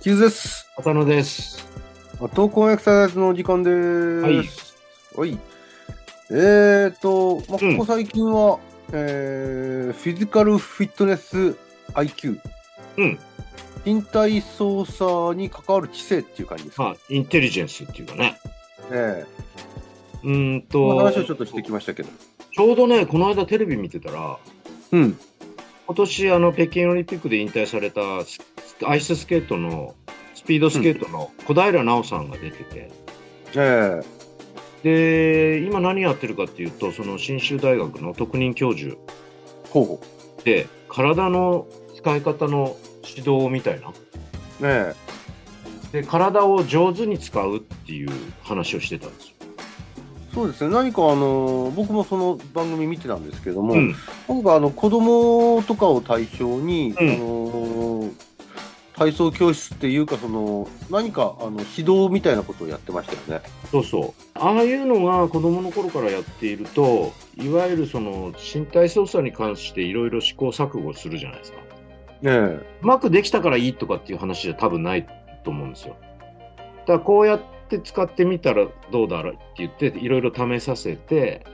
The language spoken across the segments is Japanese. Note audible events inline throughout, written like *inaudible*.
キューズです。浅野です。投稿エクササイズのお時間でーす。はい。えーと、まあ、うんここ最近は、えーフィジカルフィットネス IQ、うん。身体操作に関わる知性っていう感じですか。まあ、インテリジェンスっていうかね。えうーんえと。話をちょっとしてきましたけど。ちょうどね、この間テレビ見てたら、うん。今年あの北京オリンピックで引退されたスアイススケートの、スピードスケートの小平奈緒さんが出てて、ええで、今何やってるかっていうと、その信州大学の特任教授ほうほで、体の使い方の指導みたいな。う。えで、体を上手に使うっていう話をしてたんですよ。えそうですね。何かあの、僕もその番組見てたんですけども、うん。僕はあの子供とかを対象に、うんあのー体操教室っていうかその何かあの指導みたいなことをやってましたよね。そうそうああいうのが子どもの頃からやっているといわゆるその身体操作に関していろいろ試行錯誤するじゃないですかねうまくできたからいいとかっていう話じゃ多分ないと思うんですよだからこうやって使ってみたらどうだろうって言っていろいろ試させて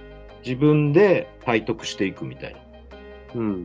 自分で体得していくみたいなえ、うん、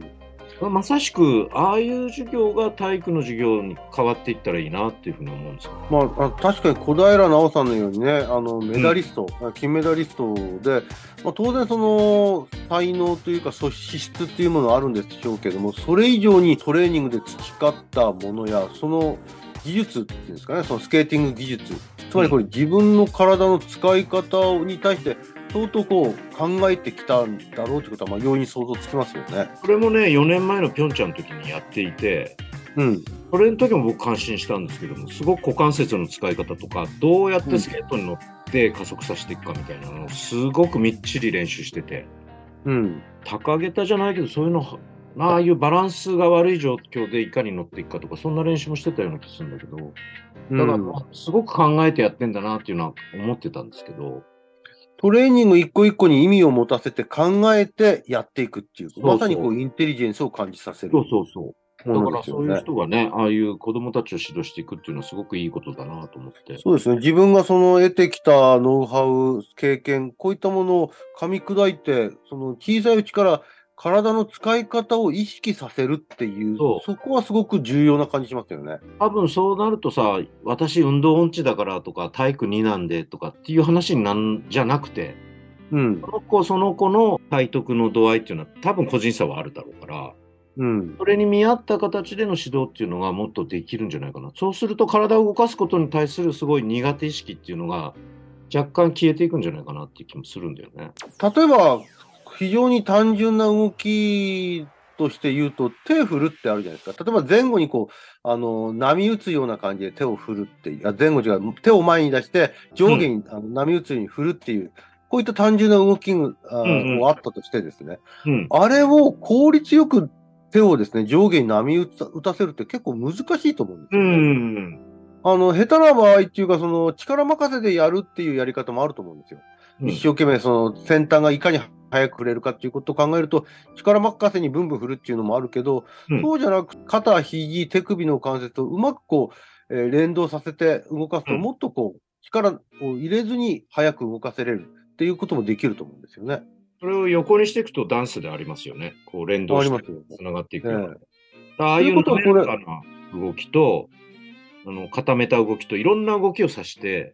まあまさしくああいう授業が体育の授業に変わっていったらいいなっていうふうに思うんですよまああ確かに小平奈緒さんのようにねあのメダリスト、金メダリストで、まあ、当然その才能というか素資質っていうものはあるんでしょうけどもそれ以上にトレーニングで培ったものやその技術っていうんですかねそのスケーティング技術つまりこれ自分の体の使い方に対して相当こう考えてきたんだろうということはまあ容易に想像つきますよね。これもね4年前のピョンチャンの時にやっていてうん、それの時も僕感心したんですけどもすごく股関節の使い方とかどうやってスケートに乗って加速させていくかみたいなのをすごくみっちり練習しててうん、高げたじゃないけどそういうのああいうバランスが悪い状況でいかに乗っていくかとかそんな練習もしてたような気するんだけどだからうんすごく考えてやってんだなっていうのは思ってたんですけどトレーニング一個一個に意味を持たせて考えてやっていくっていう、うそうまさにこうインテリジェンスを感じさせるそうもそうそうだかのらですそよういうね。人がねああいう子供たちを指導していくっていうのはすごくいいことだなと思ってそうですね。自分がその得てきたノウハウ、経験、こういったものを噛み砕いて、その小さいうちから体の使い方を意識させるっていう、そそうこはすごく重要な感じしますよね。多分そうなるとさ、私運動音痴だからとか、体育2なんでとかっていう話になんじゃなくて、うんそ。の子その子の体得の度合いっていうのは多分個人差はあるだろうから、うん。それに見合った形での指導っていうのがもっとできるんじゃないかな。そうすると体を動かすことに対するすごい苦手意識っていうのが若干消えていくんじゃないかなっていう気もするんだよね。例えば、非常に単純な動きとして言うと、手振るってあるじゃないですか。例えば前後にこう、あの、波打つような感じで手を振るっていう、あ前後違う、手を前に出して、上下に、あの波打つように振るっていう、こういった単純な動きが、あうんうんもあったとしてですね、うん。あれを効率よく手をですね、上下に波打た打たせるって結構難しいと思うんですうよ、んね。うんうん。あの、下手な場合っていうか、その、力任せでやるっていうやり方もあると思うんですよ。うん一生懸命その先端がいかに早く触れるかっていうことを考えると力任せにブンブン振るっていうのもあるけど、うんそうじゃなく肩肘手首の関節をうまくこう、えー連動させて動かすとうんもっとこう力を入れずに早く動かせれるっていうこともできると思うんですよね。それを横にしていくとダンスでありますよね。こう連動あしりてますよね。つながっていくええような。だからああいうということは滑らかな動きと、あの固めた動きといろんな動きをさして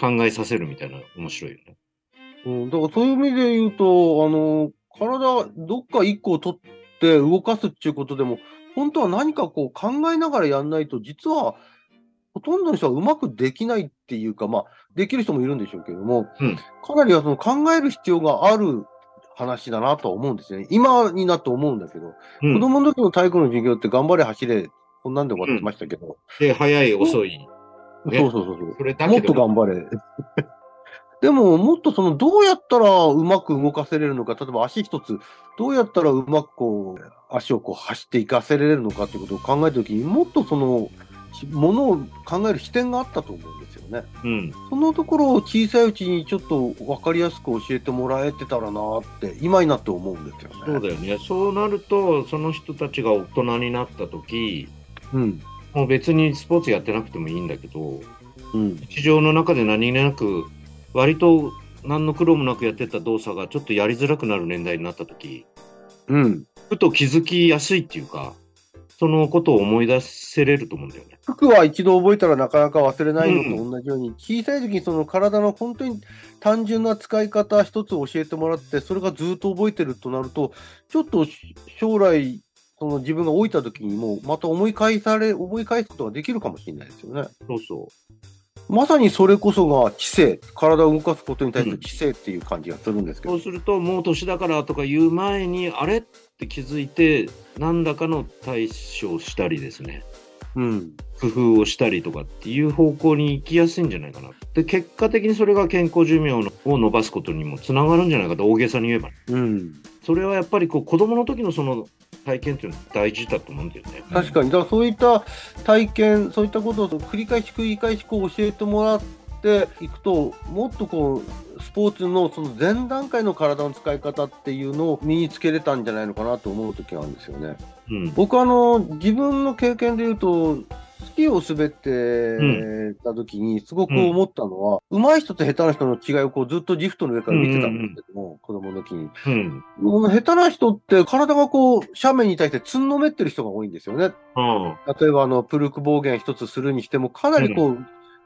考えさせるみたいな面白いよね。うん、だからそういう意味で言うと、あの、体、どっか一個を取って動かすっていうことでも、本当は何かこう考えながらやんないと、実は、ほとんどの人はうまくできないっていうか、まあ、できる人もいるんでしょうけども、うんかなりはその考える必要がある話だなとは思うんですよね。今になって思うんだけど、うん子供の時の体育の授業って頑張れ走れ、こんなんで終わってましたけど、で、速い、遅い。ねそうそうそうそう。それだもけっとで頑張れ。 *laughs* でも、もっとその、どうやったらうまく動かせれるのか、例えば足一つ、どうやったらうまくこう、足をこう走っていかせれるのかっていうことを考えたときにもっとそのものを考える視点があったと思うんですよね。うん、そのところを小さいうちにちょっと分かりやすく教えてもらえてたらなって今になって思うんですよね。そうだよね。そうなると、その人たちが大人になった時、うんもう別にスポーツやってなくてもいいんだけど、うん、日常の中で何気なく、割と何の苦労もなくやってた動作がちょっとやりづらくなる年代になった時、うん、ふと気づきやすいっていうか、そのことを思い出せれると思うんだよね。服は一度覚えたらなかなか忘れないのと同じように、小さい時にその体の本当に単純な使い方一つ教えてもらってそれがずっと覚えてるとなるとちょっと将来その自分が老いた時にもまた思い返され思い返すことができるかもしれないですよね。そうそまさにそれこそが知性体を動かすことに対する知性っていう感じがするんですう。けそど、うすると、もう年だからとか言う前に、あれって気づいて、何らかの対処をしたりですね。うん、工夫をしたりとかっていう方向に行きやすいんじゃないかな。で、結果的にそれが健康寿命を伸ばすことにもつながるんじゃないかと大げさに言えば。うん、それはやっぱりこう子供の時のその体験っていうのは大事だと思うんだよね。確かに、だからそういった体験、そういったことを繰り返し繰り返しこう教えてもらっていくと、もっとこう、スポーツのその前段階の体の使い方っていうのを身につけれたんじゃないのかなと思う時があるんですよね。に。うん。僕あの、自分の経験で言うと、スキーを滑ってた時にすごく思ったのは、上手い人と下手な人の違いをこうずっとリフトの上から見てたんですけども、子供の時に。うん。もう下手な人って体がこう斜面に対してつんのめってる人が多いんですよね。あ例えばあのプルク暴言一つするにしてもかなりこう、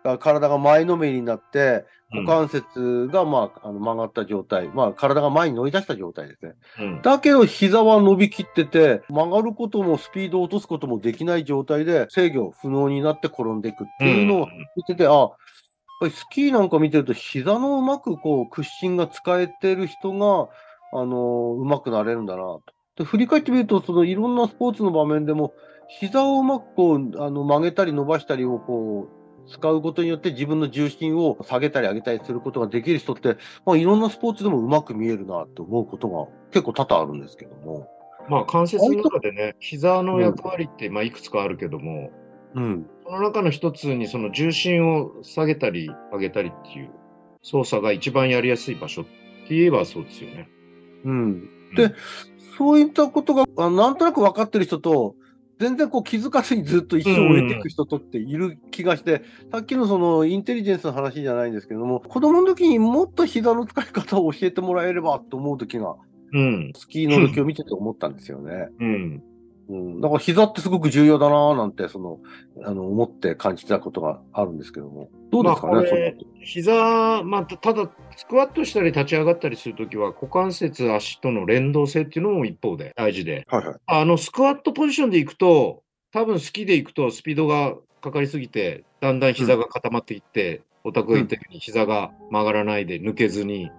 あ体が前のめりになってあ。う股ん関節が、まあ、あの曲がった状態、まあ、体が前に乗り出した状態ですねうんだけど膝は伸びきってて曲がることもスピードを落とすこともできない状態で制御不能になって転んでいくっていうのを見てて、あやっぱりスキーなんか見てると膝のうまくこう屈伸が使えてる人があのうまくなれるんだなと。で振り返ってみるとそのいろんなスポーツの場面でも膝をうまくこうあの曲げたり伸ばしたりをこう使うことによって自分の重心を下げたり上げたりすることができる人って、まあ、いろんなスポーツでもうまく見えるなと思うことが結構多々あるんですけども。まあ関節の中でね、膝の役割ってまあいくつかあるけども、うん。その中の一つにその重心を下げたり上げたりっていう操作が一番やりやすい場所って言えばそうですよね。うん。うでん、そういったことが、あなんとなく分かってる人と、全然こう気づかずにずっと一生を終えていく人とっている気がして、さっきのそのインテリジェンスの話じゃないんですけども、子供の時にもっと膝の使い方を教えてもらえればと思う時が、うん。スキーの時を見てて思ったんですよね。うん。うん。だから膝ってすごく重要だなぁなんて、その、あの、思って感じたことがあるんですけども。どうですかね、まあこそれ膝、まあ、たただ、スクワットしたり立ち上がったりするときは、股関節、足との連動性っていうのも一方で大事で、の。はいはい。あの、スクワットポジションで行くと、多分スキーで行くとスピードがかかりすぎて、だんだん膝が固まっていって、オタクが言ったように膝が曲がらないで抜けずに、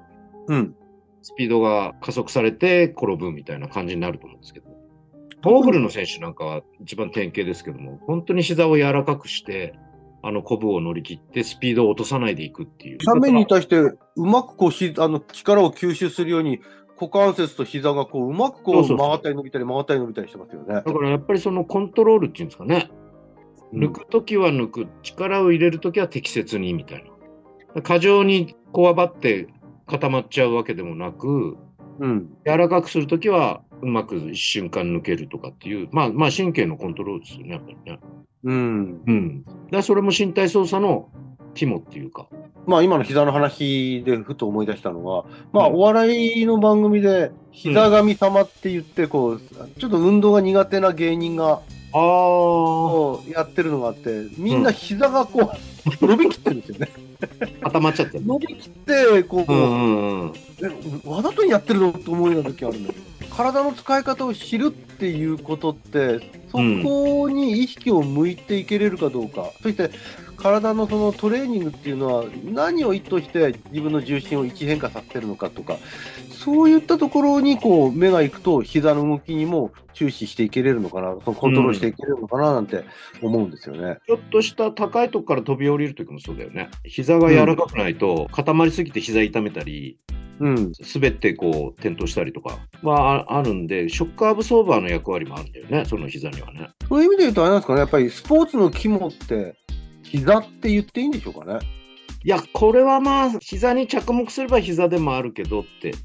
うん。スピードが加速されて転ぶみたいな感じになると思うんですけど、モーグルの選手なんかは一番典型ですけども、本当に膝を柔らかくして、あの、コブを乗り切って、スピードを落とさないでいくっていう。斜面に対してうまくこうしあの力を吸収するように股関節と膝がこううまくこそううそうそう曲がったり伸びたり曲がったり伸びたりしてますよねだ。からやっぱりそのコントロールっていうんですかね、抜くときは抜く、力を入れるときは適切にみたいな。過剰にこわばって固まっちゃうわけでもなく、うん、柔らかくするときはうまく一瞬間抜けるとかっていう、まあまあ神経のコントロールですよね、やっぱりね。うん。うん。だからそれも身体操作の肝っていうか。まあ今の膝の話でふと思い出したのは、まあうんお笑いの番組で膝神様って言ってこう、ちょっと運動が苦手な芸人がああ。こうやってるのがあって、みんな膝がこう、伸びきってるんですよね。固まっちゃってる。伸びきって、こう、うんうんうん。えわざとやってるのと思うような時あるんだけど体の使い方を知るっていうことってそこに意識を向いていけれるかどうか、そして体のそのトレーニングっていうのは何を意図して自分の重心を一変化させてるのかとかそういったところにこう目がいくと膝の動きにも注視していけれるのかなそのコントロールしていけれるのかななんて思うんですよね。ちょっとした高いとこから飛び降りるときもそうだよね。膝が柔らかくないと、固まりすぎて膝痛めたり、うん。滑ってこう転倒したりとかはああるんで、ショックアブソーバーの役割もあるんだよね、その膝にはね。そういう意味で言うと、あれなんですかね、やっぱりスポーツの肝って、膝って言っていいんでしょうかね。いや、これはまあ、膝に着目すれば膝でもあるけどって、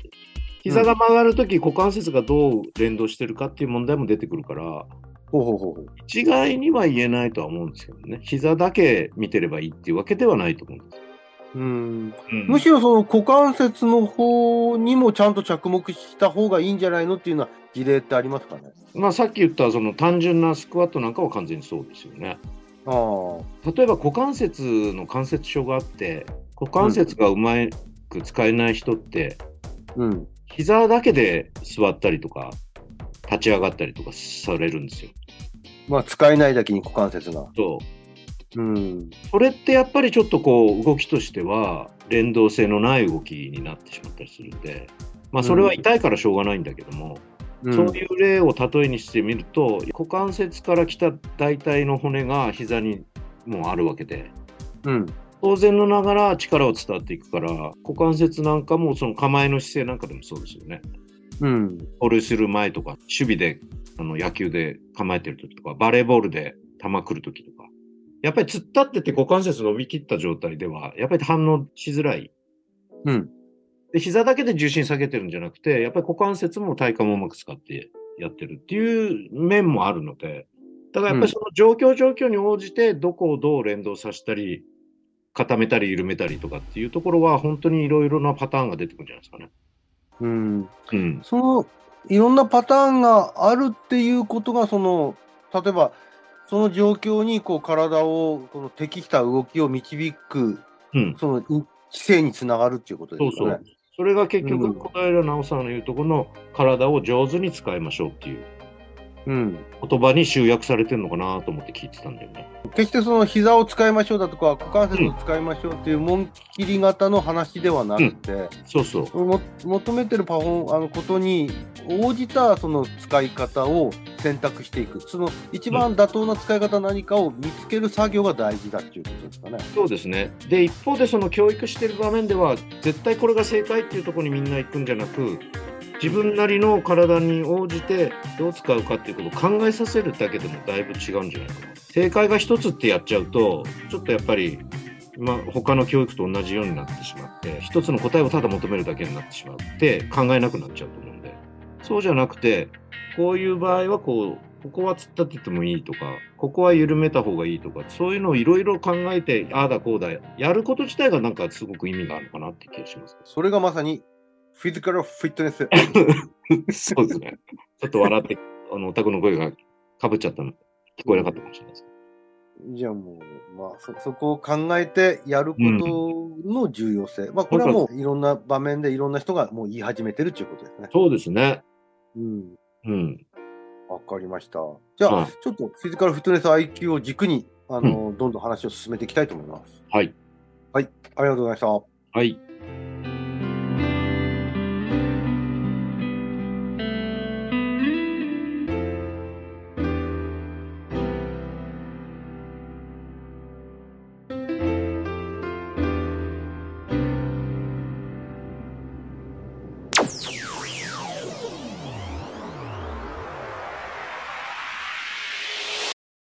膝が曲がるとき、股関節がどう連動してるかっていう問題も出てくるから、ほうほうほうほう。一概には言えないとは思うんですけどね、膝だけ見てればいいっていうわけではないと思うんです。うん、うんむしろその股関節の方にもちゃんと着目した方がいいんじゃないのっていうのは事例ってありますかね。まあ、さっき言ったその単純なスクワットなんかは完全にそうですよね。ああ。例えば股関節の関節症があって股関節がうまく使えない人って、うん。膝だけで座ったりとか立ち上がったりとかされるんですよ。まあ使えないだけに股関節が。そうん。うそれってやっぱりちょっとこう動きとしては連動性のない動きになってしまったりするんで、まあ、それは痛いからしょうがないんだけどうも、んそういう例を例えにしてみると股関節から来た大体の骨が膝にもうあるわけで。うん。当然のながら力を伝わっていくから股関節なんかもその構えの姿勢なんかでもそうですよねうん。盗塁する前とか守備であの野球で構えてる時とかバレーボールで球来る時とかやっぱり突っ立ってて股関節伸びきった状態ではやっぱり反応しづらいうん。で膝だけで重心下げてるんじゃなくてやっぱり股関節も体幹もうまく使ってやってるっていう面もあるのでだからやっぱりその状況状況に応じてどこをどう連動させたり固めたり緩めたりとかっていうところは本当にいろいろなパターンが出てくるんじゃないですかね。うん。うん、その、いろんなパターンがあるっていうことが、その、例えば、その状況にこう体をこの適した動きを導く、うん、そのい姿勢につながるっていうことそでうすそよねう。。それが結うん局小平奈緒さんの言うところの体を上手に使いましょうっていううん。言葉に集約されてるのかなと思って聞いてたんだよね。決してその膝を使いましょうだとか股関節を使いましょうっていう門切り型の話ではなくて、そうそう。も求めてるパフォーあのことに応じたその使い方を選択していくその一番妥当な使い方は何かを見つける作業が大事だっていうことですかね。そうですね。で、一方で、その教育してる場面では、絶対これが正解っていうところにみんな行くんじゃなく、自分なりの体に応じてどう使うかっていうことを考えさせるだけでもだいぶ違うんじゃないかな。正解が一つってやっちゃうと、ちょっとやっぱり、まあ、他の教育と同じようになってしまって、一つの答えをただ求めるだけになってしまって、考えなくなっちゃうと思うんで、そうじゃなくて、こういう場合はこう、ここは突っ立ててもいいとか、ここは緩めた方がいいとか、そういうのをいろいろ考えて、ああだこうだ、やること自体がなんかすごく意味があるのかなって気がします。それがまさにフィジカルフィットネス。そうですね。ちょっと笑って、あの、お宅の声がかぶっちゃったの、聞こえなかったかもしれないです。じゃあもう、まあそ、そこを考えてやることの重要性。まあ、これはもういろんな場面でいろんな人がもう言い始めてるっていうことですね。そうですね。うん。うん。わかりました。じゃあ、はいちょっとフィジカルフィットネス IQ を軸に、あの、どんどん話を進めていきたいと思います。はい。ありがとうございました。はい。